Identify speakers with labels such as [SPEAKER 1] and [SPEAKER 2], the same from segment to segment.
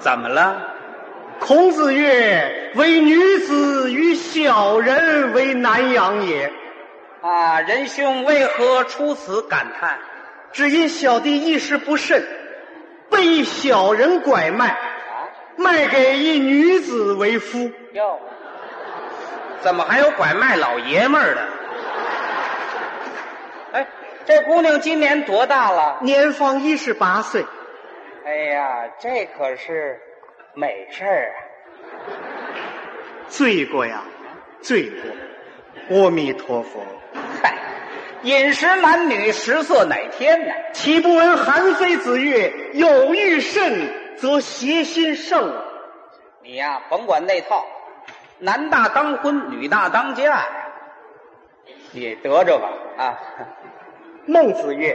[SPEAKER 1] 怎么了？
[SPEAKER 2] 孔子曰：“唯女子与小人为难养也。
[SPEAKER 1] 啊，仁兄为何出此感叹？
[SPEAKER 2] 只因小弟一时不慎，被一小人拐卖，卖给一女子为夫。
[SPEAKER 1] 哟，怎么还有拐卖老爷们儿的？哎，这姑娘今年多大了？
[SPEAKER 2] 年方一十八岁，
[SPEAKER 1] 哎呀，这可是美事儿啊！
[SPEAKER 2] 罪过呀，罪过！阿弥陀佛，
[SPEAKER 1] 嗨，饮食男女，食色乃天呐。
[SPEAKER 2] 岂不闻韩非子曰：‘有欲甚，则邪心盛。’
[SPEAKER 1] 你呀、甭管那套，男大当婚，女大当嫁呀，你得着吧啊！
[SPEAKER 2] 孟子曰：“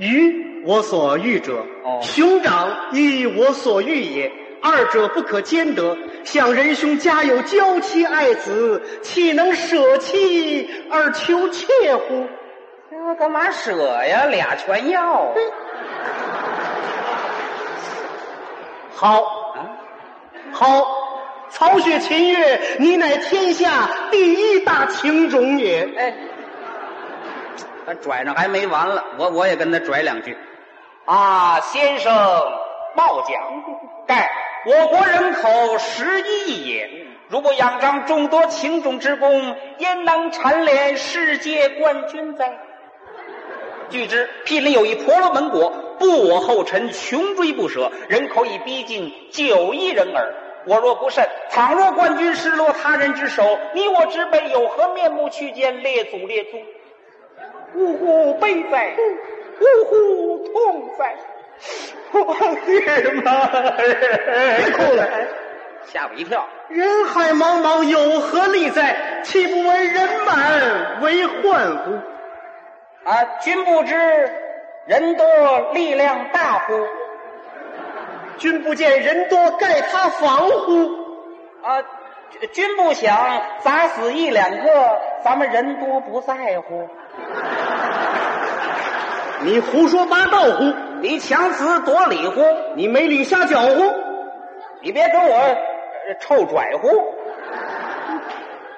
[SPEAKER 2] 鱼我所欲者，
[SPEAKER 1] 哦
[SPEAKER 2] 熊掌亦我所欲也。二者不可兼得。想仁兄家有娇妻爱子，岂能舍弃而求妾乎
[SPEAKER 1] 这干嘛舍呀？俩全要啊！？”
[SPEAKER 2] 好，好，曹雪芹曰：“你乃天下第一大情种也。
[SPEAKER 1] 哎，他拽上还没完了，我我也跟他拽两句。啊，先生褒奖，盖我国人口十一亿也。如果仰仗众多情种之功，焉能蝉联世界冠军哉？据知，毗邻有一婆罗门国，步我后尘，穷追不舍，人口已逼近九亿人耳。我若不慎，倘若冠军失落他人之手，你我之辈有何面目去见列祖列宗？呜呼悲哉！呜呼痛哉！我日妈！
[SPEAKER 2] 哎别哭了。
[SPEAKER 1] 吓我一跳！
[SPEAKER 2] 人海茫茫，有何利在？岂不闻人满为患乎？
[SPEAKER 1] 啊，君不知人多力量大乎？
[SPEAKER 2] 君不见人多盖他房乎？
[SPEAKER 1] 啊，君不想砸死一两个，咱们人多不在 乎。
[SPEAKER 2] 你胡说八道乎？
[SPEAKER 1] 你强词夺理乎？
[SPEAKER 2] 你没理下脚乎？
[SPEAKER 1] 你别跟我呃臭拽乎！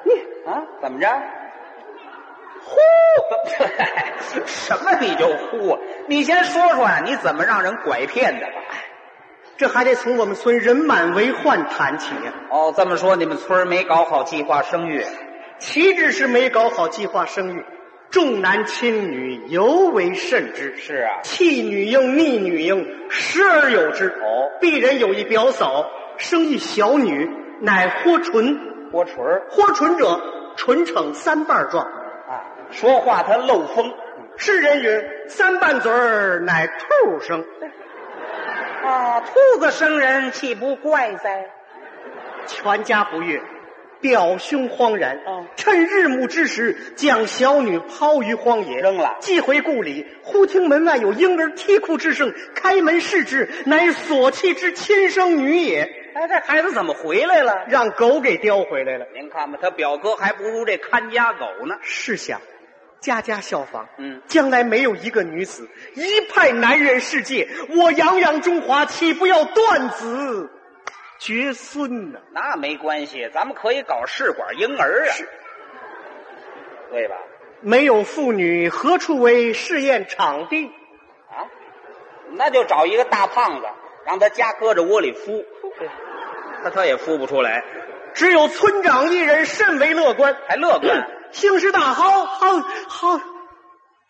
[SPEAKER 1] 你啊，怎么着？呼！ 什么你就呼啊？你先说说啊，你怎么让人拐骗的吧？
[SPEAKER 2] 这还得从我们村人满为患谈起呀、
[SPEAKER 1] 哦，这么说你们村儿没搞好计划生育？
[SPEAKER 2] 岂止是没搞好计划生育，重男轻女尤为甚之。
[SPEAKER 1] 是啊
[SPEAKER 2] 弃女婴、逆女婴，时而有之。
[SPEAKER 1] 哦
[SPEAKER 2] 鄙人有一表嫂，生一小女，乃豁唇，
[SPEAKER 1] 郭纯儿
[SPEAKER 2] 豁唇者，唇逞三瓣状。
[SPEAKER 1] 啊，说话他漏风
[SPEAKER 2] 世人云：“三瓣嘴儿乃兔生。
[SPEAKER 1] 啊，兔子生人岂不怪哉？”
[SPEAKER 2] 全家不悦，表兄慌然。
[SPEAKER 1] 哦
[SPEAKER 2] 趁日暮之时，将小女抛于荒野，
[SPEAKER 1] 扔了
[SPEAKER 2] 寄回故里。忽听门外有婴儿啼哭之声，开门视之，乃所弃之亲生女也，
[SPEAKER 1] 哎，这孩子怎么回来了？
[SPEAKER 2] 让狗给叼回来了。
[SPEAKER 1] 您看吧，他表哥还不如这看家狗呢。
[SPEAKER 2] 试想，家家效仿，
[SPEAKER 1] 嗯
[SPEAKER 2] 将来没有一个女子，一派男人世界。我泱泱中华，岂不要断子绝孙呢？
[SPEAKER 1] 那没关系，咱们可以搞试管婴儿啊，对吧？
[SPEAKER 2] 没有妇女，何处为试验场地？
[SPEAKER 1] 啊，那就找一个大胖子，让他夹胳肢窝里孵，他他也孵不出来，
[SPEAKER 2] 只有村长一人甚为乐观，
[SPEAKER 1] 还乐观，
[SPEAKER 2] 兴师大蒿，蒿蒿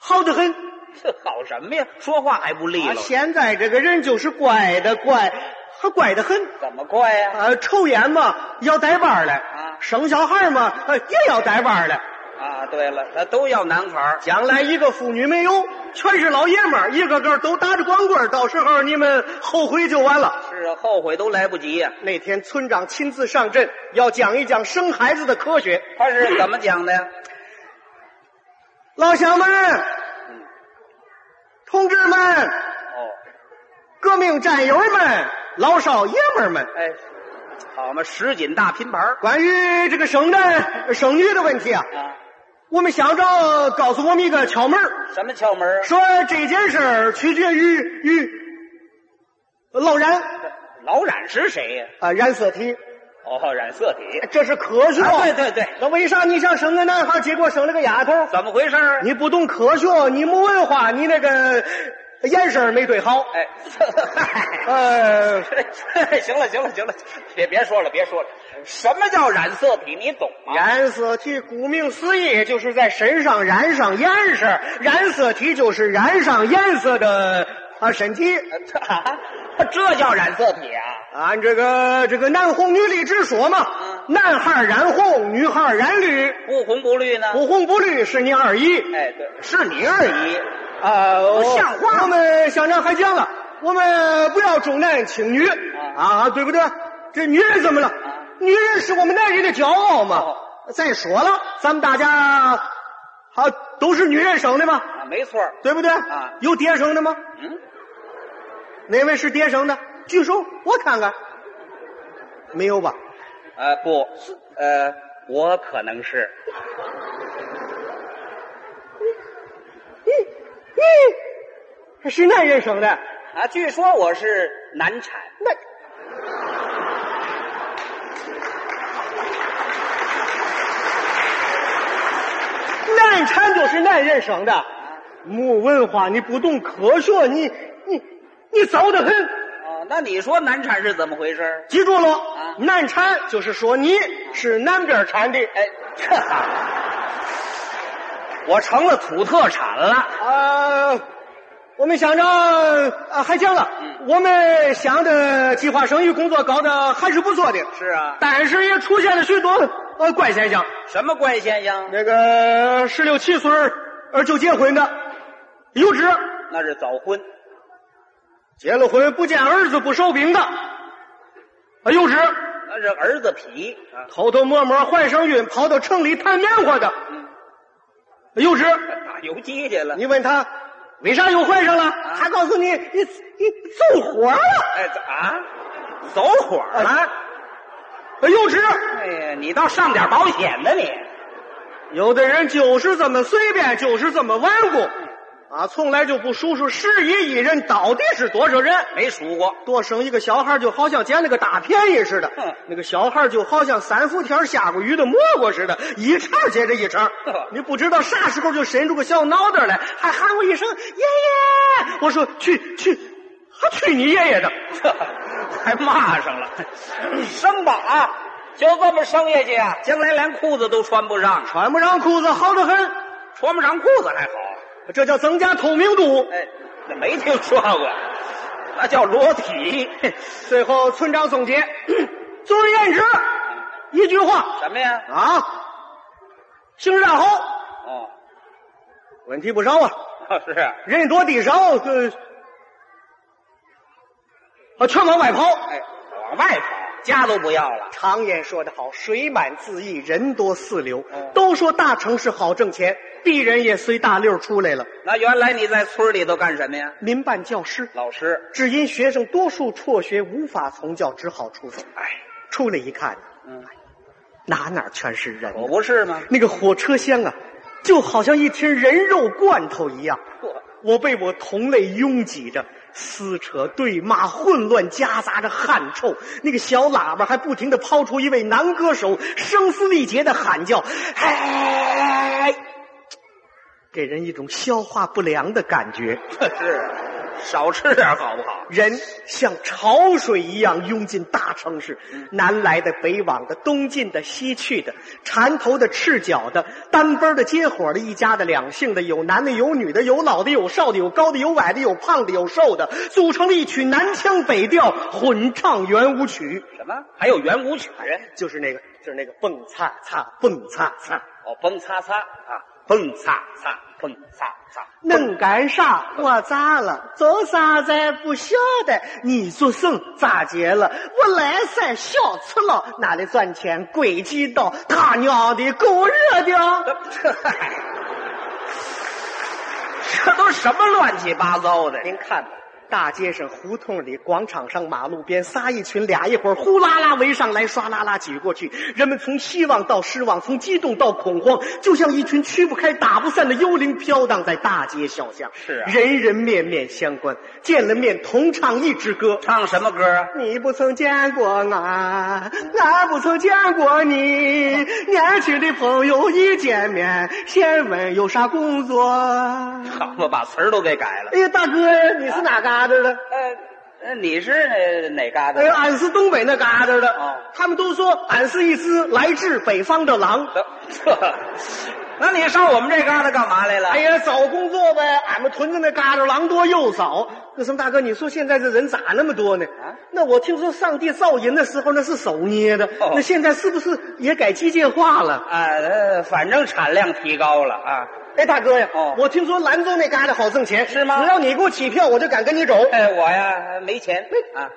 [SPEAKER 2] 蒿得很。
[SPEAKER 1] 这好什么呀？说话还不利
[SPEAKER 2] 啊
[SPEAKER 1] 落，
[SPEAKER 2] 现在这个人就是拐的拐，还拐得很。
[SPEAKER 1] 怎么怪呀、
[SPEAKER 2] 呃，抽烟嘛要带班儿来，
[SPEAKER 1] 啊
[SPEAKER 2] 生小孩嘛呃也要带班儿来。
[SPEAKER 1] 啊，对了，那都要男孩儿
[SPEAKER 2] 将来一个妇女没有，全是老爷们儿，一个个都打着光棍儿，到时候你们后悔就晚了。
[SPEAKER 1] 是啊，后悔都来不及呀、
[SPEAKER 2] 那天村长亲自上阵，要讲一讲生孩子的科学。
[SPEAKER 1] 他是怎么讲的呀？
[SPEAKER 2] 老乡们、同志们、
[SPEAKER 1] 哦，
[SPEAKER 2] 革命战友们、老少爷们儿们，
[SPEAKER 1] 哎，好嘛，什锦大拼盘儿
[SPEAKER 2] 关于这个生男生女的问题啊，
[SPEAKER 1] 啊，
[SPEAKER 2] 我们乡长告诉我们一个窍门儿
[SPEAKER 1] 什么窍门儿啊？
[SPEAKER 2] 说这件事儿取决于于，老冉
[SPEAKER 1] 老冉是谁呀、
[SPEAKER 2] 啊，染色体，
[SPEAKER 1] 哦，染色体。
[SPEAKER 2] 这是咳嗽。
[SPEAKER 1] 啊对对对，
[SPEAKER 2] 那为啥你想生个男孩，结果生了个丫头？
[SPEAKER 1] 怎么回事儿？啊
[SPEAKER 2] 你不懂科学，你没文化，你那个眼神儿没对好。
[SPEAKER 1] 哎，嗨
[SPEAKER 2] 呃，
[SPEAKER 1] 行了行了行了，别别说了别说了，什么叫染色体？你懂吗？
[SPEAKER 2] 染色体顾名思义就是在身上染上颜色，染色体就是染上颜色的啊身体。
[SPEAKER 1] 这啊这叫染色体啊？
[SPEAKER 2] 俺这个这个男红女绿之说嘛，
[SPEAKER 1] 嗯
[SPEAKER 2] 男孩染红，女孩染绿，
[SPEAKER 1] 不红不绿呢？
[SPEAKER 2] 不红不绿是你二姨。
[SPEAKER 1] 哎，对，哦是你二姨。
[SPEAKER 2] 啊，
[SPEAKER 1] 像话吗
[SPEAKER 2] 我们乡长还讲了，我们不要重男轻女啊，对不对？这女人怎么了？女人是我们男人的骄傲嘛。
[SPEAKER 1] 啊哦
[SPEAKER 2] 再说了，咱们大家啊都是女人生的嘛，
[SPEAKER 1] 啊，没错儿。
[SPEAKER 2] 对不对？
[SPEAKER 1] 啊
[SPEAKER 2] 有爹生的吗？
[SPEAKER 1] 嗯，
[SPEAKER 2] 哪位是爹生的？举手，我看看。没有吧？
[SPEAKER 1] 呃，不，呃，我可能是。
[SPEAKER 2] 咦，是男人生的。
[SPEAKER 1] 啊，据说我是难产，
[SPEAKER 2] 那 难产就是男人生的，没文化，你不懂科学，你你你糟得很。
[SPEAKER 1] 哦，那你说难产是怎么回事儿？
[SPEAKER 2] 记住了
[SPEAKER 1] 啊，
[SPEAKER 2] 难产就是说你是南边产的。
[SPEAKER 1] 哎， 这我成了土特产了。
[SPEAKER 2] 啊，我们乡长啊还讲了，我们乡的计划生育工作搞得还是不错的，
[SPEAKER 1] 是啊，
[SPEAKER 2] 但是也出现了许多呃怪现象。
[SPEAKER 1] 什么怪现象？
[SPEAKER 2] 那个十六七岁儿呃就结婚的，有纸；
[SPEAKER 1] 那是早婚。
[SPEAKER 2] 结了婚不见儿子不收饼的，啊有纸；
[SPEAKER 1] 那是儿子皮啊，
[SPEAKER 2] 偷偷摸摸怀上孕跑到城里弹棉花的，有纸。
[SPEAKER 1] 打游击去了。
[SPEAKER 2] 你问他为啥又怀上了，他告诉你你你走火了，啊
[SPEAKER 1] 哎啊，走火了！
[SPEAKER 2] 呃有纸。
[SPEAKER 1] 哎呀，你倒上点保险吧你。
[SPEAKER 2] 有的人就是这么随便，就是这么顽固。啊，从来就不数数十一亿人到底是多少人。
[SPEAKER 1] 没数过，
[SPEAKER 2] 多生一个小孩就好像捡了个大便宜似的
[SPEAKER 1] 哼，
[SPEAKER 2] 那个小孩就好像三伏天下过雨的蘑菇似的，一茬接着一茬
[SPEAKER 1] 呵。
[SPEAKER 2] 你不知道啥时候就伸出个小脑袋来，还喊我一声爷爷。我说去去，还去你爷爷的！
[SPEAKER 1] 还骂上了。生吧啊，就这么生下去啊，将来连裤子都穿不上，
[SPEAKER 2] 穿不上裤子好得很，
[SPEAKER 1] 穿不上裤子还好。
[SPEAKER 2] 这叫增加透明度。
[SPEAKER 1] 哎，那没听说过，那叫裸体。
[SPEAKER 2] 最后村长总结，总而言之，
[SPEAKER 1] 嗯
[SPEAKER 2] 一句话
[SPEAKER 1] 什么呀？
[SPEAKER 2] 啊，形势大好，
[SPEAKER 1] 哦，
[SPEAKER 2] 问题不少啊。
[SPEAKER 1] 是啊，
[SPEAKER 2] 人多地少，呃，啊，全往外跑。
[SPEAKER 1] 哎，往外跑，家都不要了。
[SPEAKER 2] 常言说得好，水满自溢，人多四流。
[SPEAKER 1] 嗯
[SPEAKER 2] 都说大城市好挣钱，鄙人也随大溜出来了。
[SPEAKER 1] 那原来你在村里都干什么呀？
[SPEAKER 2] 民办教师，
[SPEAKER 1] 老师。
[SPEAKER 2] 只因学生多数辍学，无法从教，只好出走。
[SPEAKER 1] 哎，
[SPEAKER 2] 出来一看，
[SPEAKER 1] 嗯，
[SPEAKER 2] 哪哪全是人
[SPEAKER 1] 我，不是吗？
[SPEAKER 2] 那个火车厢啊，就好像一听人肉罐头一样。
[SPEAKER 1] 嚯
[SPEAKER 2] 我被我同类拥挤着，撕扯、对骂、混乱夹杂着汗臭。那个小喇叭还不停地抛出一位男歌手声嘶力竭的喊叫，嗨，给人一种消化不良的感觉。
[SPEAKER 1] 是啊，少吃点好不好？
[SPEAKER 2] 人像潮水一样涌进大城市，南来的、北往的、东进的、西去的，缠头的、赤脚的，单奔的、接伙的，一家的、两姓的，有男的，有女的，有老的，有少的，有高的，有矮的，有胖的，有瘦的，组成了一曲南腔北调混唱圆舞曲，
[SPEAKER 1] 什么？还有圆舞曲？
[SPEAKER 2] 就是那个，就是那个蹦擦擦，蹦擦擦，
[SPEAKER 1] 哦，蹦擦擦啊，蹦擦擦，蹦擦擦。
[SPEAKER 2] 能干啥？我咋了？做啥咱不晓得？你做甚咋结了？我来三小吃了，哪里赚钱？鬼知道！他娘的，够热的！
[SPEAKER 1] 这嗨这都什么乱七八糟的？您看吧，
[SPEAKER 2] 大街上、胡同里、广场上、马路边，仨一群，俩一伙，呼啦啦围上来，唰啦啦挤过去。人们从希望到失望，从激动到恐慌，就像一群驱不开、打不散的幽灵，飘荡在大街小巷。
[SPEAKER 1] 是啊
[SPEAKER 2] 人人面面相关，见了面同唱一支歌。
[SPEAKER 1] 唱什么歌啊？
[SPEAKER 2] 你不曾见过俺，俺不曾见过你。年轻的朋友一见面，先问有啥工作。哎
[SPEAKER 1] 好嘛，把词儿都给改了。
[SPEAKER 2] 呀，大哥呀，你是哪嘎达的？
[SPEAKER 1] 呃，呃你是呃哪嘎达
[SPEAKER 2] 哎
[SPEAKER 1] 的
[SPEAKER 2] 呀，？俺是东北那嘎达的。
[SPEAKER 1] 哦
[SPEAKER 2] 他们都说俺是一只来自北方的狼。
[SPEAKER 1] 这，那你上我们这嘎达干嘛来了？
[SPEAKER 2] 哎，呀，找工作呗，俺们屯子那嘎达狼多又少。那什么大哥，你说现在这人咋那么多呢？
[SPEAKER 1] 啊
[SPEAKER 2] 那我听说上帝造人的时候那是手捏的，
[SPEAKER 1] 哦
[SPEAKER 2] 那现在是不是也改机械化了？
[SPEAKER 1] 啊，呃反正产量提高了啊。
[SPEAKER 2] 哎，大哥呀，
[SPEAKER 1] 哦
[SPEAKER 2] 我听说兰州那旮瘩好挣钱，
[SPEAKER 1] 是吗
[SPEAKER 2] 只要你给我起票，我就敢跟你走。
[SPEAKER 1] 哎，我呀没钱啊。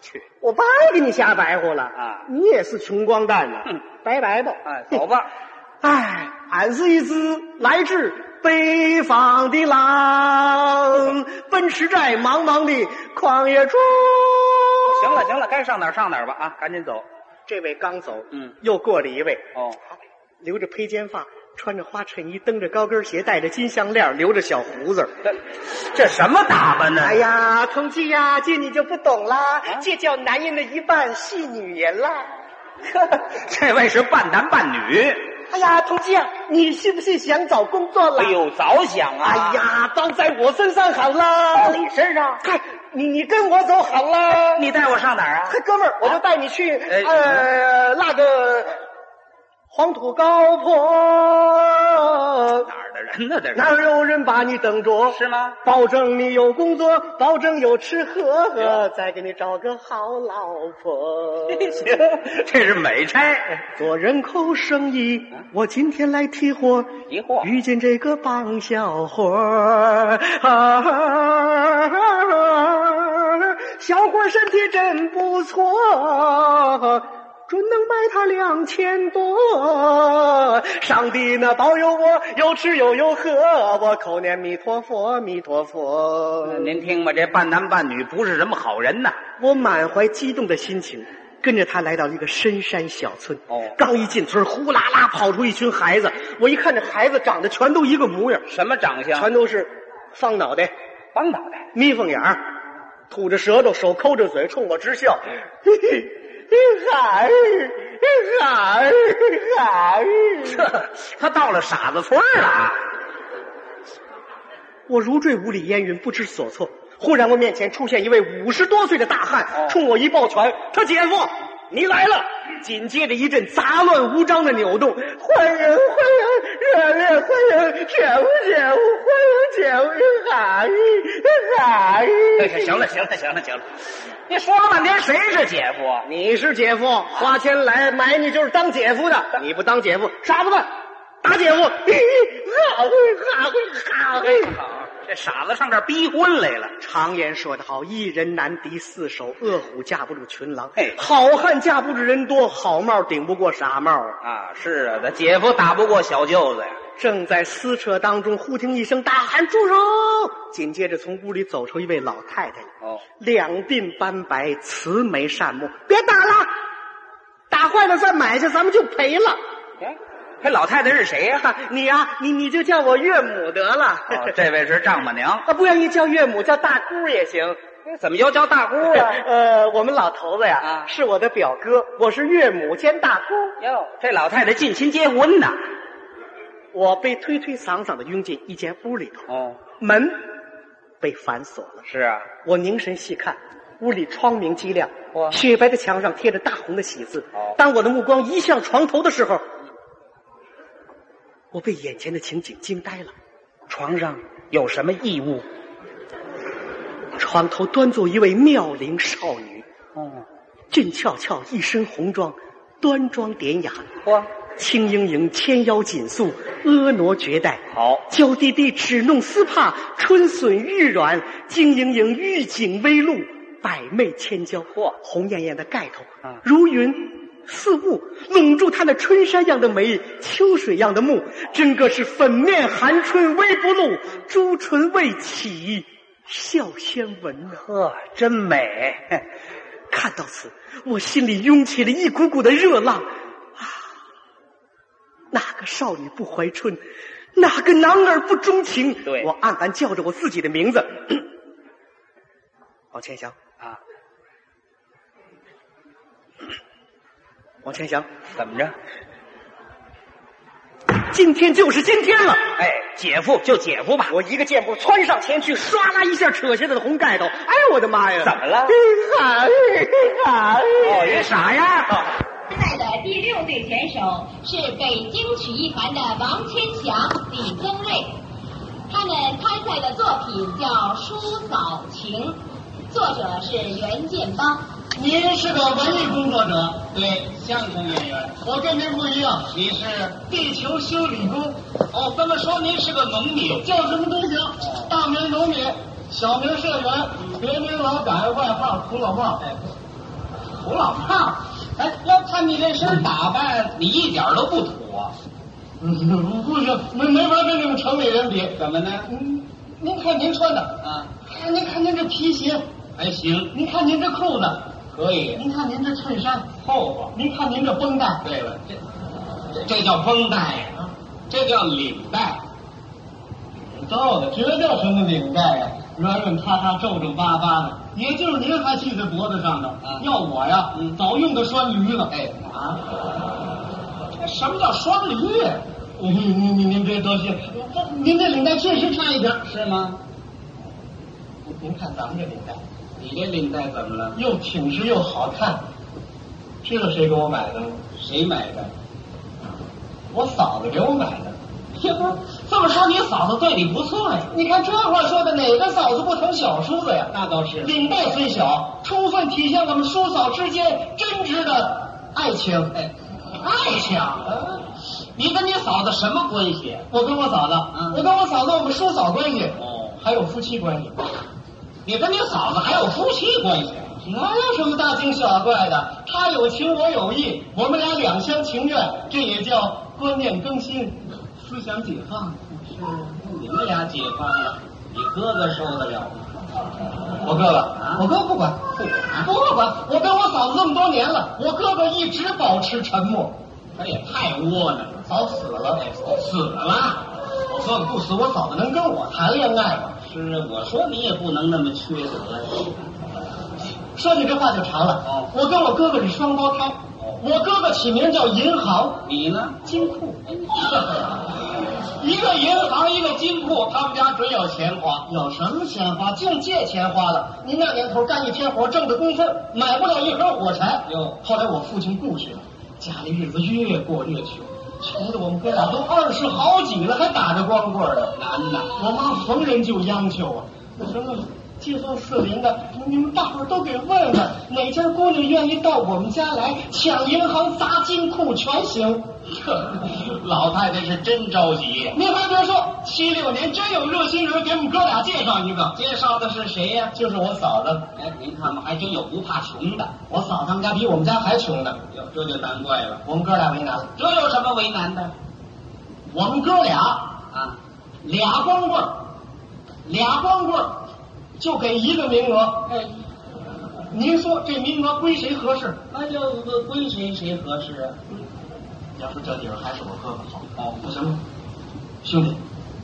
[SPEAKER 1] 去
[SPEAKER 2] 我白给你瞎白活了
[SPEAKER 1] 啊
[SPEAKER 2] 你也是穷光蛋呐、
[SPEAKER 1] 哼
[SPEAKER 2] 拜拜吧。
[SPEAKER 1] 啊，走吧。
[SPEAKER 2] 哎，俺是一只来自北方的狼，奔驰在茫茫的旷野中。
[SPEAKER 1] 行了行了，该上哪儿上哪儿吧啊，赶紧走。
[SPEAKER 2] 这位刚走，
[SPEAKER 1] 嗯，
[SPEAKER 2] 又过了一位，
[SPEAKER 1] 哦，
[SPEAKER 2] 留着披肩发，穿着花衬衣，蹬着高跟鞋，戴着金项链，留着小胡子。
[SPEAKER 1] 这这什么打扮呢？
[SPEAKER 2] 哎，呀，同志呀、这你就不懂啦，
[SPEAKER 1] 啊
[SPEAKER 2] 这叫男人的一半是女人啦。
[SPEAKER 1] 这位是半男半女。
[SPEAKER 2] 哎呀，同志呀、你是不是想找工作了？
[SPEAKER 1] 哎呦，早想啊！
[SPEAKER 2] 哎，呀，都在我身上好啦。
[SPEAKER 1] 你身上，
[SPEAKER 2] 嗨，你你跟我走好啦。
[SPEAKER 1] 你带我上哪儿啊
[SPEAKER 2] 嗨，？哥们儿，我就带你去
[SPEAKER 1] 哎
[SPEAKER 2] 呃那个黄土高坡，
[SPEAKER 1] 哪儿的人呢？这
[SPEAKER 2] 哪儿有人把你等着？
[SPEAKER 1] 是吗？
[SPEAKER 2] 保证你有工作，保证有吃喝喝，
[SPEAKER 1] 哟
[SPEAKER 2] 再给你找个好老婆。
[SPEAKER 1] 行，这是美差。
[SPEAKER 2] 做人口生意，我今天来提货，
[SPEAKER 1] 疑惑，
[SPEAKER 2] 遇见这个棒小伙儿、啊，小伙儿身体真不错，准能卖他两千多。上帝呢保佑我有吃有有喝，我口念弥陀佛，弥陀佛。
[SPEAKER 1] 您听吧，这半男半女不是什么好人呐。
[SPEAKER 2] 我满怀激动的心情，跟着他来到一个深山小村。
[SPEAKER 1] 哦
[SPEAKER 2] 刚一进村，呼啦啦跑出一群孩子。我一看这孩子长得全都一个模样，
[SPEAKER 1] 什么长相？
[SPEAKER 2] 全都是方脑袋、
[SPEAKER 1] 帮脑袋。
[SPEAKER 2] 眯缝眼儿，吐着舌头，手抠着嘴，冲我直笑。
[SPEAKER 1] 嗯
[SPEAKER 2] 嘿嘿，孩儿，孩儿，孩儿。
[SPEAKER 1] 他到了傻子村儿了啊。
[SPEAKER 2] 我如坠雾里烟云，不知所措。忽然，我面前出现一位五十多岁的大汉，
[SPEAKER 1] 哦
[SPEAKER 2] 冲我一抱拳：“他姐夫，你来了！”紧接着一阵杂乱无章的扭动，欢迎欢迎热烈欢迎姐夫姐夫欢迎姐夫喊喊！
[SPEAKER 1] 哎呀行了，行了，行了，行了。你说了半天谁是姐夫啊？
[SPEAKER 2] 你是姐夫，花钱来买你就是当姐夫的，你不当姐夫傻子吧？打姐夫！嘿嘿哈嘿哈嘿哈嘿！
[SPEAKER 1] 好，这傻子上这儿逼婚来了。
[SPEAKER 2] 常言说得好，一人难敌四手，饿虎架不住群狼。
[SPEAKER 1] 嘿
[SPEAKER 2] 好汉架不住人多，好帽顶不过傻帽啊！
[SPEAKER 1] 啊，是啊，他姐夫打不过小舅子呀。
[SPEAKER 2] 正在撕扯当中，忽听一声大喊：“住手！”紧接着从屋里走出一位老太太来，
[SPEAKER 1] 哦，
[SPEAKER 2] 两鬓斑白，慈眉善目：“别打了，打坏了再买去，咱们就赔了。
[SPEAKER 1] 哎，这老太太是谁呀、
[SPEAKER 2] 你呀、你你就叫我岳母得了。
[SPEAKER 1] 哦，这位是丈母娘。
[SPEAKER 2] 啊，不愿意叫岳母，叫大姑也行。”
[SPEAKER 1] 怎么又叫大姑 啊？
[SPEAKER 2] 呃，我们老头子呀，
[SPEAKER 1] 啊
[SPEAKER 2] 是我的表哥，我是岳母兼大 姑。
[SPEAKER 1] 哟，这老太太近亲结婚呢。
[SPEAKER 2] 我被推推搡搡的拥进一间屋里头，
[SPEAKER 1] 哦，
[SPEAKER 2] 门被反锁了。
[SPEAKER 1] 是啊，
[SPEAKER 2] 我凝神细看，屋里窗明几亮
[SPEAKER 1] 哇，
[SPEAKER 2] 雪白的墙上贴着大红的喜字
[SPEAKER 1] 哦。
[SPEAKER 2] 当我的目光移向床头的时候，我被眼前的情景惊呆了。
[SPEAKER 1] 床上有什么异物？
[SPEAKER 2] 床头端坐一位妙龄少女，
[SPEAKER 1] 哦，
[SPEAKER 2] 俊俏俏，一身红装，端庄典雅。
[SPEAKER 1] 嚯，
[SPEAKER 2] 轻盈盈，纤腰紧束，婀娜绝代。
[SPEAKER 1] 好，
[SPEAKER 2] 娇滴滴，只弄丝帕，春笋玉软，晶莹莹，玉颈微露，百媚千娇。
[SPEAKER 1] 嚯
[SPEAKER 2] 红艳艳的盖头
[SPEAKER 1] 啊，
[SPEAKER 2] 如云似雾，笼住她那春山样的眉，秋水样的目，真个是粉面含春微不露，朱唇未起笑先闻呐、
[SPEAKER 1] 呵，真美！
[SPEAKER 2] 看到此，我心里涌起了一股股的热浪。啊，哪个少女不怀春？哪个男儿不钟情？
[SPEAKER 1] 对
[SPEAKER 2] 我暗暗叫着我自己的名字。 王千祥，
[SPEAKER 1] 啊，
[SPEAKER 2] 王千祥，
[SPEAKER 1] 怎么着？
[SPEAKER 2] 今天就是今天了！
[SPEAKER 1] 哎，姐夫就姐夫吧。
[SPEAKER 2] 我一个箭步窜上前去，唰啦一下扯下他的红盖头。哎呦我的妈呀！
[SPEAKER 1] 怎么了
[SPEAKER 2] 哎呀
[SPEAKER 1] 哦，你傻呀！
[SPEAKER 3] 现在的第六队选手是北京曲艺团的王千祥、李增瑞，他们参赛的作品叫《叔嫂情》，作者是袁建邦。
[SPEAKER 4] 您是个文艺工作者，对，相声演员。我跟您不一样，你是地球修理工。哦，这么说您是个农民，叫什么都行，大名农民，小名社员，别名老板，外号胡老炮。哎，胡老炮，哎，要看你这身打扮，你一点都不土啊。嗯，不是，没没法跟你们城里人比。怎么呢？嗯，您看您穿的啊，您看您这皮鞋还行，您看您这裤子可以，您看您这衬衫厚吧，您看您这绷带。对了，这这叫绷带呀、这叫领带。造的，这叫什么领带呀、软软塌塌、皱皱巴巴的，也就是您还系在脖子上呢。要我呀，早用的拴驴了。啊嗯哎啊！什么叫双驴？您您您您别多心，您这领带确实差一点，是吗？您看咱们这领带，你这领带怎么了？又挺直又好看，知道谁给我买的吗？谁买的？我嫂子给我买的。也不是这么说，你嫂子对你不错呀。你看这话说的，哪个嫂子不疼小叔子呀？那倒是。领带虽小，充分体现我们叔嫂之间真挚的爱情。哎，爱情。你跟你嫂子什么关系？啊我跟我嫂子，我跟我嫂子，我们叔嫂关系。哦，还有夫妻关系。你跟你嫂子还有夫妻关系？哪有什么大惊小怪的？他有情，我有意，我们俩两厢情愿，这也叫观念更新、思想解放。是，你们俩解放了，你哥哥受得了吗？我哥哥，我哥不管，不管，不管。我跟我嫂子这么多年了，我哥哥一直保持沉默。他也哎太窝囊了，早死了，死了。我说不死，我嫂子能跟我谈恋爱吗？是啊，我说你也不能那么缺德呀。说起这话就长了。哦，我跟我哥哥是双胞胎。哦，我哥哥起名叫银行，你呢？哎金库。一个银行，一个金库，他们家准有钱花。有什么钱花？净借钱花了。您那年头干一天活挣的工分，买不了一盒火柴。哟，后来我父亲故去了，家里日子越过越穷。穷的我们哥俩都二十好几了，还打着光棍儿呢，难呐！我妈逢人就央求啊，我说街坊四邻的，你们大伙儿都给问问，哪家姑娘愿意到我们家来抢银行、砸金库，全 行。老太太是真着急。您还别说，七六年真有热心人给我们哥俩介绍一个，介绍的是谁呀、就是我嫂子。哎，您看吧，还真有不怕穷的。我嫂子他们家比我们家还穷呢。哟，这就难怪了。我们哥俩为难了。这有什么为难的？我们哥俩啊，俩光棍儿，俩光棍儿就给一个名额。哎，您说这名额归谁合适？那就归谁谁合适啊？要说这地方还是我哥哥好。哦，不行，兄弟，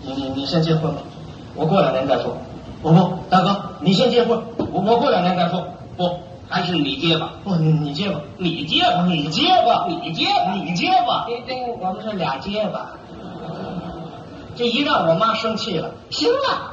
[SPEAKER 4] 你你你先结婚吧，我过两年再说。不不，大哥，你先结婚，我我过两年再说。不，还是你结吧。不，哦你你结吧，你结吧，你结吧，你结，你结吧。这这，我们是俩结吧。这一让我妈生气了，行了，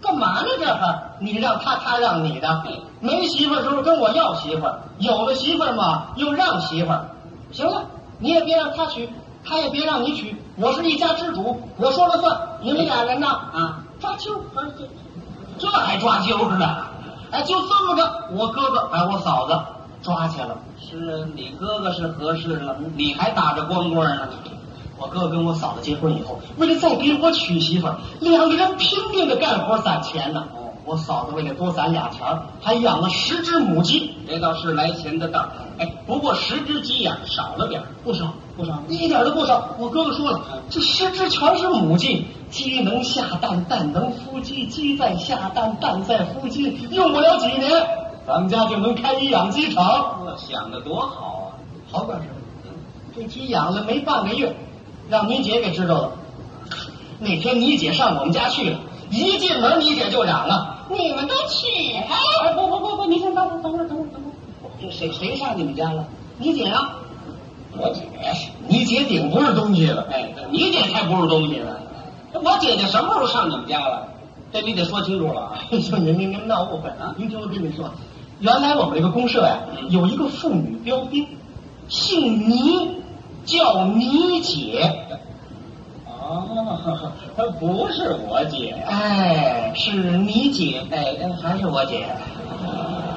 [SPEAKER 4] 干嘛呢这还？你让他，他让你的。没媳妇儿时候跟我要媳妇儿，有了媳妇儿嘛又让媳妇儿。行了，你也别让他娶，他也别让你娶，我是一家之主，我说了算。你们俩人呢？啊，抓阄，这还抓阄呢？哎，就这么着，我哥哥把我嫂子抓去了。是啊，你哥哥是合适了，你还打着光棍呢。我哥跟我嫂子结婚以后，为了再给我娶媳妇儿，两个人拼命的干活攒钱呢。我嫂子为了多攒俩钱儿，还养了十只母鸡。这倒是来钱的道。哎，不过十只鸡呀、少了点不少不少，嗯一点都不少。我哥哥说了，这十只全是母鸡，鸡能下蛋，蛋能孵鸡，鸡再下蛋，蛋再孵鸡，用不了几年，咱们家就能开一养鸡场。我想的多好啊！好管事儿。这鸡养了没半个月，让你姐给知道了。那天你姐上我们家去了，一进门你姐就嚷了：“你们都去！”哎，不不不不，你先等会儿，等会儿，等会儿，等会儿。这谁谁上你们家了？你姐啊？我姐？你姐顶不是东西了。哎，你姐才不是东西了。我姐姐什么时候上你们家了？这你得说清楚了 啊！您您您闹误会了。您听我跟你说，原来我们这个公社呀、有一个妇女标兵，姓倪，叫倪姐。哦，不是我姐，哎，是你姐，哎，还是我姐。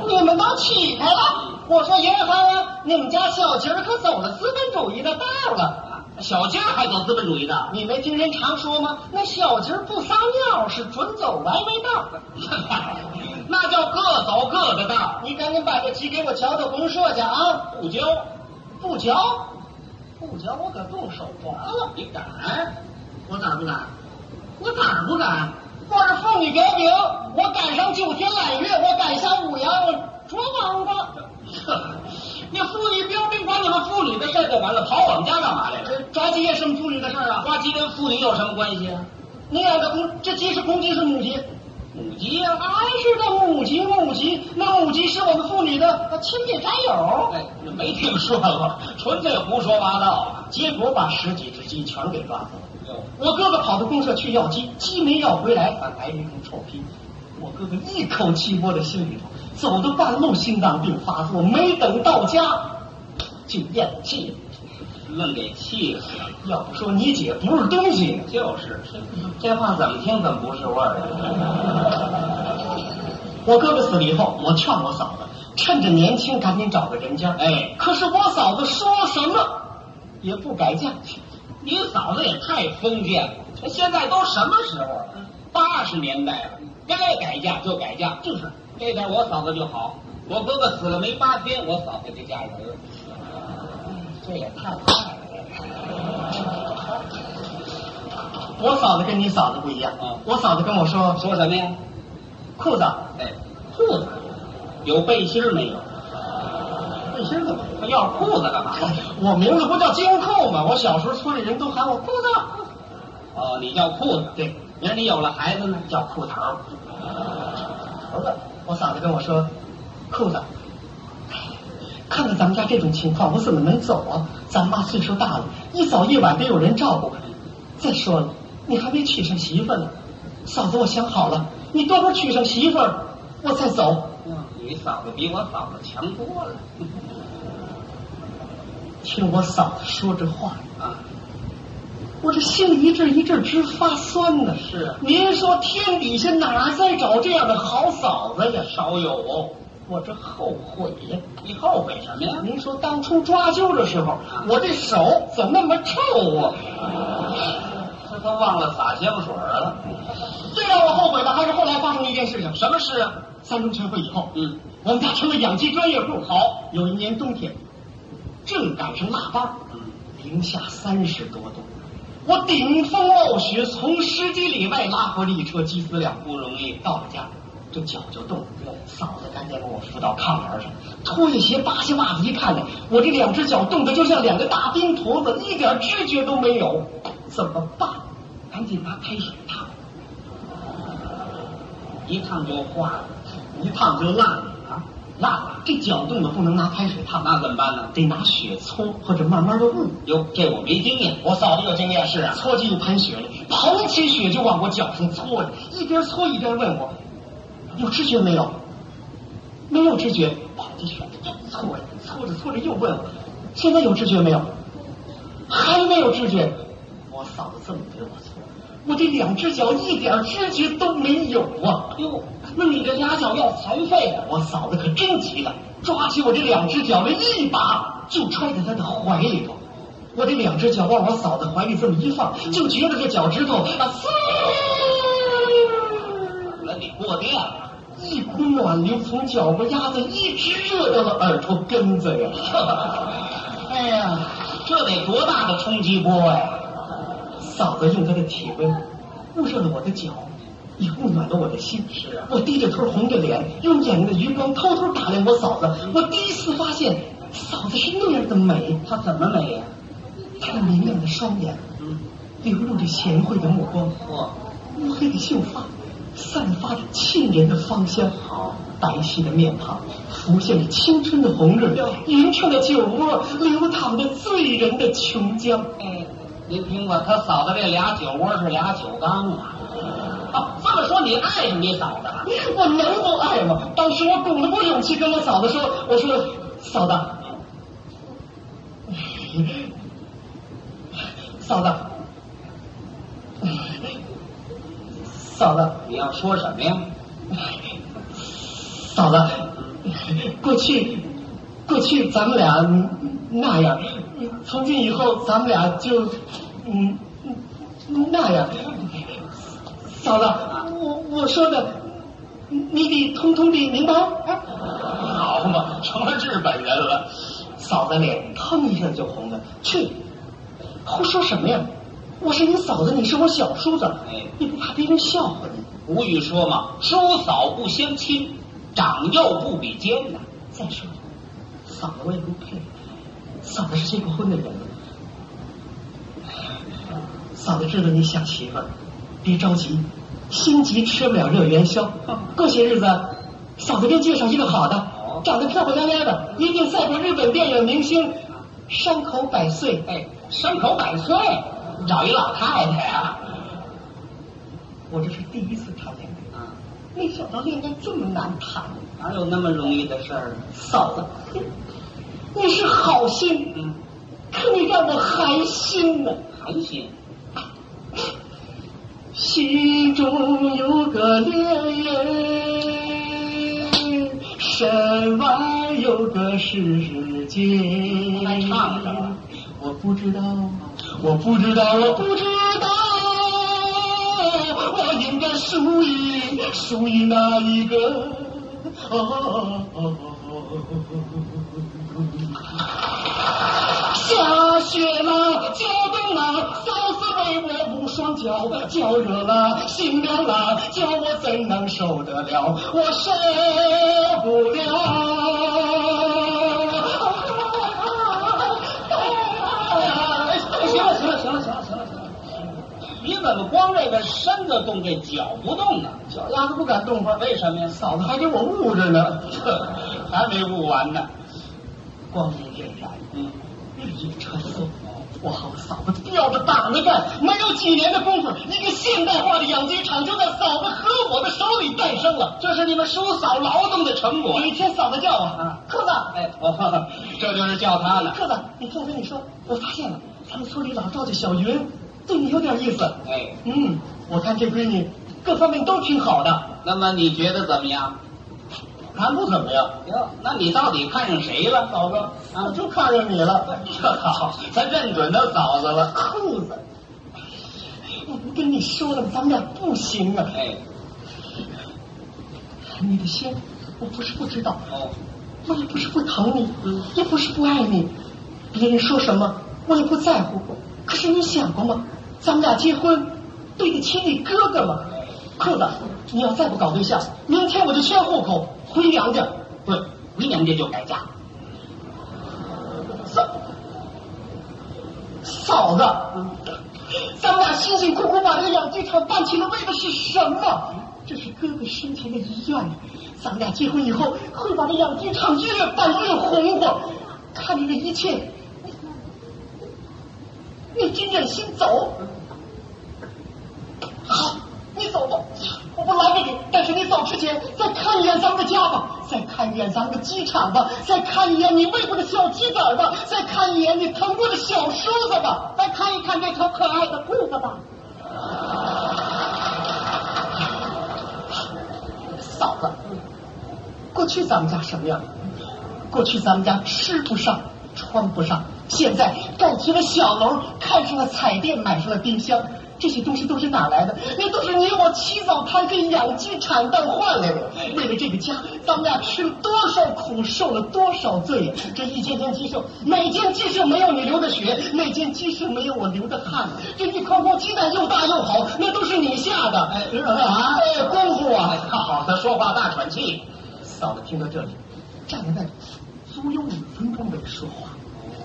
[SPEAKER 4] 你们都起开了！我说银行啊，你们家小鸡儿可走了资本主义的道了。小鸡儿还走资本主义道？你没听人常说吗？那小鸡儿不撒尿是准走歪歪道。 那叫各走各的道。你赶紧把这鸡给我交到公社去啊！不交，不交，不交，我可动手罚了。你敢？我咋不敢？我咋不敢？我是妇女表顶，我赶上九天揽月，我赶上五羊，我捉王八。 那妇女标兵管你们妇女的事儿就完了，跑我们家干嘛来了？抓鸡也什么妇女的事儿啊？抓鸡跟妇女有什么关系啊？你两个公，这鸡是公鸡是母鸡？母鸡呀、还是个母鸡，母鸡，那母鸡是我们妇女的呃亲密战友。哎，没听说过，纯粹胡说八道。啊结果把十几只鸡全给抓走了。我哥哥跑到公社去要鸡，鸡没要回来，反挨了一通臭批。我哥哥一口气窝在心里头，走到半路心脏病发作，没等到家就咽气了。愣给气死了！要不说你姐不是东西，就是这话怎么听怎么不是味儿、啊 我哥哥死了以后，我劝我嫂子，趁着年轻赶紧找个人家。哎，可是我嫂子说什么也不改嫁。你嫂子也太封建了，现在都什么时候了？八十年代了，该改嫁就改嫁，就是这点我嫂子就好。我哥哥死了没八天，我嫂子就嫁人了，这也太快了。我嫂子跟你嫂子不一样，我嫂子跟我说嗯说什么呀？裤子，哎，裤子有背心儿没有？背心儿怎么没有？要裤子干嘛？我名字不叫金库吗？我小时候村里人都喊我裤子。哦，你叫裤子，对。你说你有了孩子呢，叫裤头。头子，我嫂子跟我说，裤子，看到咱们家这种情况，我怎么能走啊？咱妈岁数大了，一早一晚得有人照顾。再说了，你还没娶上媳妇儿呢，嫂子，我想好了，你等会儿娶上媳妇儿，我再走。你嫂子比我嫂子强多了。听我嫂子说这话啊，我这心一阵一阵直发酸呢。是，您说天底下哪儿再找这样的好嫂子呀？少有哦。我这后悔呀！你后悔什么呀？您说当初抓阄的时候，我这手怎么那么臭啊？这都忘了洒香水了。最让我后悔的还是后来发生的一件事情。什么事啊？三中全会以后，嗯，我们家成了养鸡专业户。好，有一年冬天，正赶上腊八，零下三十多度，我顶风冒雪从十几里外拉回了一车鸡饲料，不容易。到了家，这脚就冻了，嫂子赶紧把我扶到炕沿上，脱下鞋扒下袜子一看呢，我这两只脚冻得就像两个大冰坨子，一点知觉都没有，怎么办？赶紧拿开水烫。一烫就化了，一烫就烂了啊，烂了。这脚冻的不能拿开水烫，那怎么办呢？得拿雪搓，或者慢慢的捂。哟，这我没经验，我嫂子有经验是啊，搓起一盆雪来，捧起雪就往我脚上搓着，一边搓一边问我，有知觉没有？没有知觉，把这雪又搓着，搓着搓着又问我，现在有知觉没有？还没有知觉。我嫂子这么给我搓，我这两只脚一点知觉都没有啊！哟，那你这俩脚要残废了。我嫂子可真急了，抓起我这两只脚来，一把就揣在她的怀里头。我这两只脚往我嫂子怀里这么一放，就觉得这脚趾头啊，嗖！那你过电了。您从脚巴丫子一直热到了耳朵根子呀！ 哎呀，这得多大的冲击波呀！嫂子用她的体温捂热了我的脚，也捂暖了我的心。是啊，我低着头，红着脸，用眼睛的余光偷偷打量我嫂子。我第一次发现，嫂子是那样的美。她怎么美呀、她那明亮的双眼，嗯，流露着贤惠的目光。哇，乌黑的秀发，散发着沁人的芳香。好，白皙的面庞，浮现着青春的红润，匀称的酒窝，流淌着醉人的琼浆。嗯。您听过他嫂子这俩酒窝是俩酒缸啊？啊，这么说你爱上你嫂子了？我能不爱吗？当时我鼓足勇气跟我嫂子说：“我说嫂子，哎嫂子，嫂子，你要说什么呀？ 嫂子，过去过去咱们俩那样，从今以后咱们俩就嗯嗯那样。嫂子，我我说的，你得通通的明白。好嘛，成了日本人了。嫂子脸腾一下就红了，去，胡说什么呀？我是你嫂子，你是我小叔子，你不怕别人笑话你？
[SPEAKER 5] 吴哎语说嘛，叔嫂不相亲，长幼不比肩呐。
[SPEAKER 4] 再说，嫂子我也不配，嫂子是结过婚的人。嫂子知道你想媳妇儿，别着急，心急吃不了热元宵。过些日子，嫂子给你介绍一个好的，长得漂漂亮亮的，一定赛过日本电影明星，山口百岁。
[SPEAKER 5] 哎，山口百岁，找一老太太啊。
[SPEAKER 4] 我这是第一次谈恋爱，没想到恋爱这么难谈。
[SPEAKER 5] 哪有那么容易的事儿？
[SPEAKER 4] 嫂子，哼你是好心，可你让我寒心呢。
[SPEAKER 5] 寒心，
[SPEAKER 4] 心中有个恋人，身外有个世界。
[SPEAKER 5] 还唱着了
[SPEAKER 4] 我不知道，我不知道，我不知道，我应该属于属于哪一个？哦。啊下雪了，交冬了，嫂子为我捂双脚，脚热了，心凉了，叫我怎能受得了？我受不了。
[SPEAKER 5] 行了，行了，行了，行了，行了，行了。你怎么光这个身子动，这脚不动呢？
[SPEAKER 4] 脚丫子不敢动
[SPEAKER 5] 为什么呀？
[SPEAKER 4] 嫂子还给我捂着呢。
[SPEAKER 5] 呵，还没悟完呢。
[SPEAKER 4] 光阴荏苒，
[SPEAKER 5] 嗯，
[SPEAKER 4] 日夜穿梭。我和我嫂子吊着膀子干，没有几年的功夫，一个现代化的养鸡场就在嫂子和我的手里诞生了。
[SPEAKER 5] 这是你们叔嫂劳动的成果
[SPEAKER 4] 有。一天，嫂子叫我
[SPEAKER 5] 啊，
[SPEAKER 4] 克子，
[SPEAKER 5] 哎，我呵呵这就是叫他呢。
[SPEAKER 4] 克子，你听我跟你说，我发现了，咱们村里老赵家小云对你有点意思。
[SPEAKER 5] 哎，
[SPEAKER 4] 嗯，我看这闺女各方面都挺好的。
[SPEAKER 5] 那么你觉得怎么样？
[SPEAKER 4] 看不怎么样，
[SPEAKER 5] 哟，那你到底看上谁了？
[SPEAKER 4] 嫂子，我就看上你了。
[SPEAKER 5] 这哎好， 咱认准他嫂子了。
[SPEAKER 4] 裤子，我不跟你说了吗，咱们俩不行啊。
[SPEAKER 5] 哎，
[SPEAKER 4] 你的心，我不是不知道，
[SPEAKER 5] 哦，
[SPEAKER 4] 我也不是不疼你，嗯也不是不爱你，别人说什么我也不在乎。可是你想过吗？咱们俩结婚，对得起你哥哥吗？裤子，你要再不搞对象，明天我就迁户口回娘家。
[SPEAKER 5] 对，回娘家就改嫁。
[SPEAKER 4] 嫂，嫂子，嗯咱们俩辛辛苦苦把这个养鸡场办起来，为的是什么？这是哥哥生前的遗愿。咱们俩结婚以后，会把这养鸡场越办越红火。看你这一切，你你真忍心走？好，你走吧，我不拦着你。但是你走之前，再看一眼咱们的家吧，再看一眼咱们的机场吧，再看一眼你喂过的小鸡崽儿吧，再看一眼你疼过的小叔子吧，再看一看这条可爱的裤子吧。嫂子，过去咱们家什么样？过去咱们家吃不上，穿不上，现在盖起了小楼，看上了彩电，买上了冰箱，这些东西都是哪来的？那都是你我起早贪黑养鸡产蛋换来的，为了这个家，咱们俩吃了多少苦，受了多少罪，这一件件鸡舍，每件鸡舍没有你流的血，每件鸡舍没有我流的汗，这一筐筐鸡蛋又大又好，那都是你下的，啊，哎，功夫啊，
[SPEAKER 5] 好的，说话大喘气。
[SPEAKER 4] 嫂子听到这里，站在那里足有五分钟没说话，啊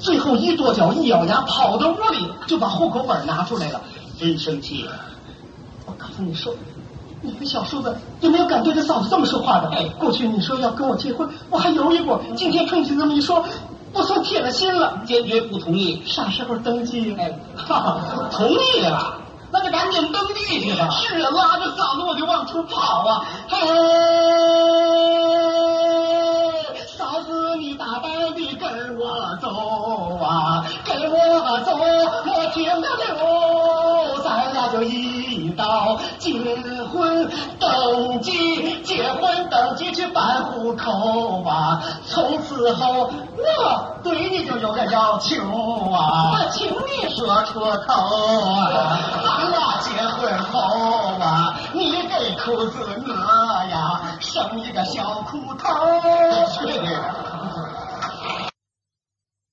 [SPEAKER 4] 最后一跺脚一咬牙跑到屋里就把户口本拿出来了。
[SPEAKER 5] 真生气啊了！
[SPEAKER 4] 我告诉你说，你们小叔子有没有敢对他嫂子这么说话的？
[SPEAKER 5] 哎
[SPEAKER 4] 过去你说要跟我结婚，我还犹豫过，今天冲你这么一说，我算铁了心了。
[SPEAKER 5] 坚决不同意，
[SPEAKER 4] 啥时候登记？哎，
[SPEAKER 5] 哈哈，同意了，那就赶紧登记去吧。
[SPEAKER 4] 是啊，拉着嫂子我就往出跑啊！哎，嫂子你大胆的跟我走啊，跟我走，莫停留，咱俩就一道结婚登记，结婚登记去办户口啊。从此后我对你就有个要求啊，
[SPEAKER 5] 我请你
[SPEAKER 4] 说出口啊，咱俩结婚后啊，你给裤子我呀，生一个小裤头。
[SPEAKER 5] 去。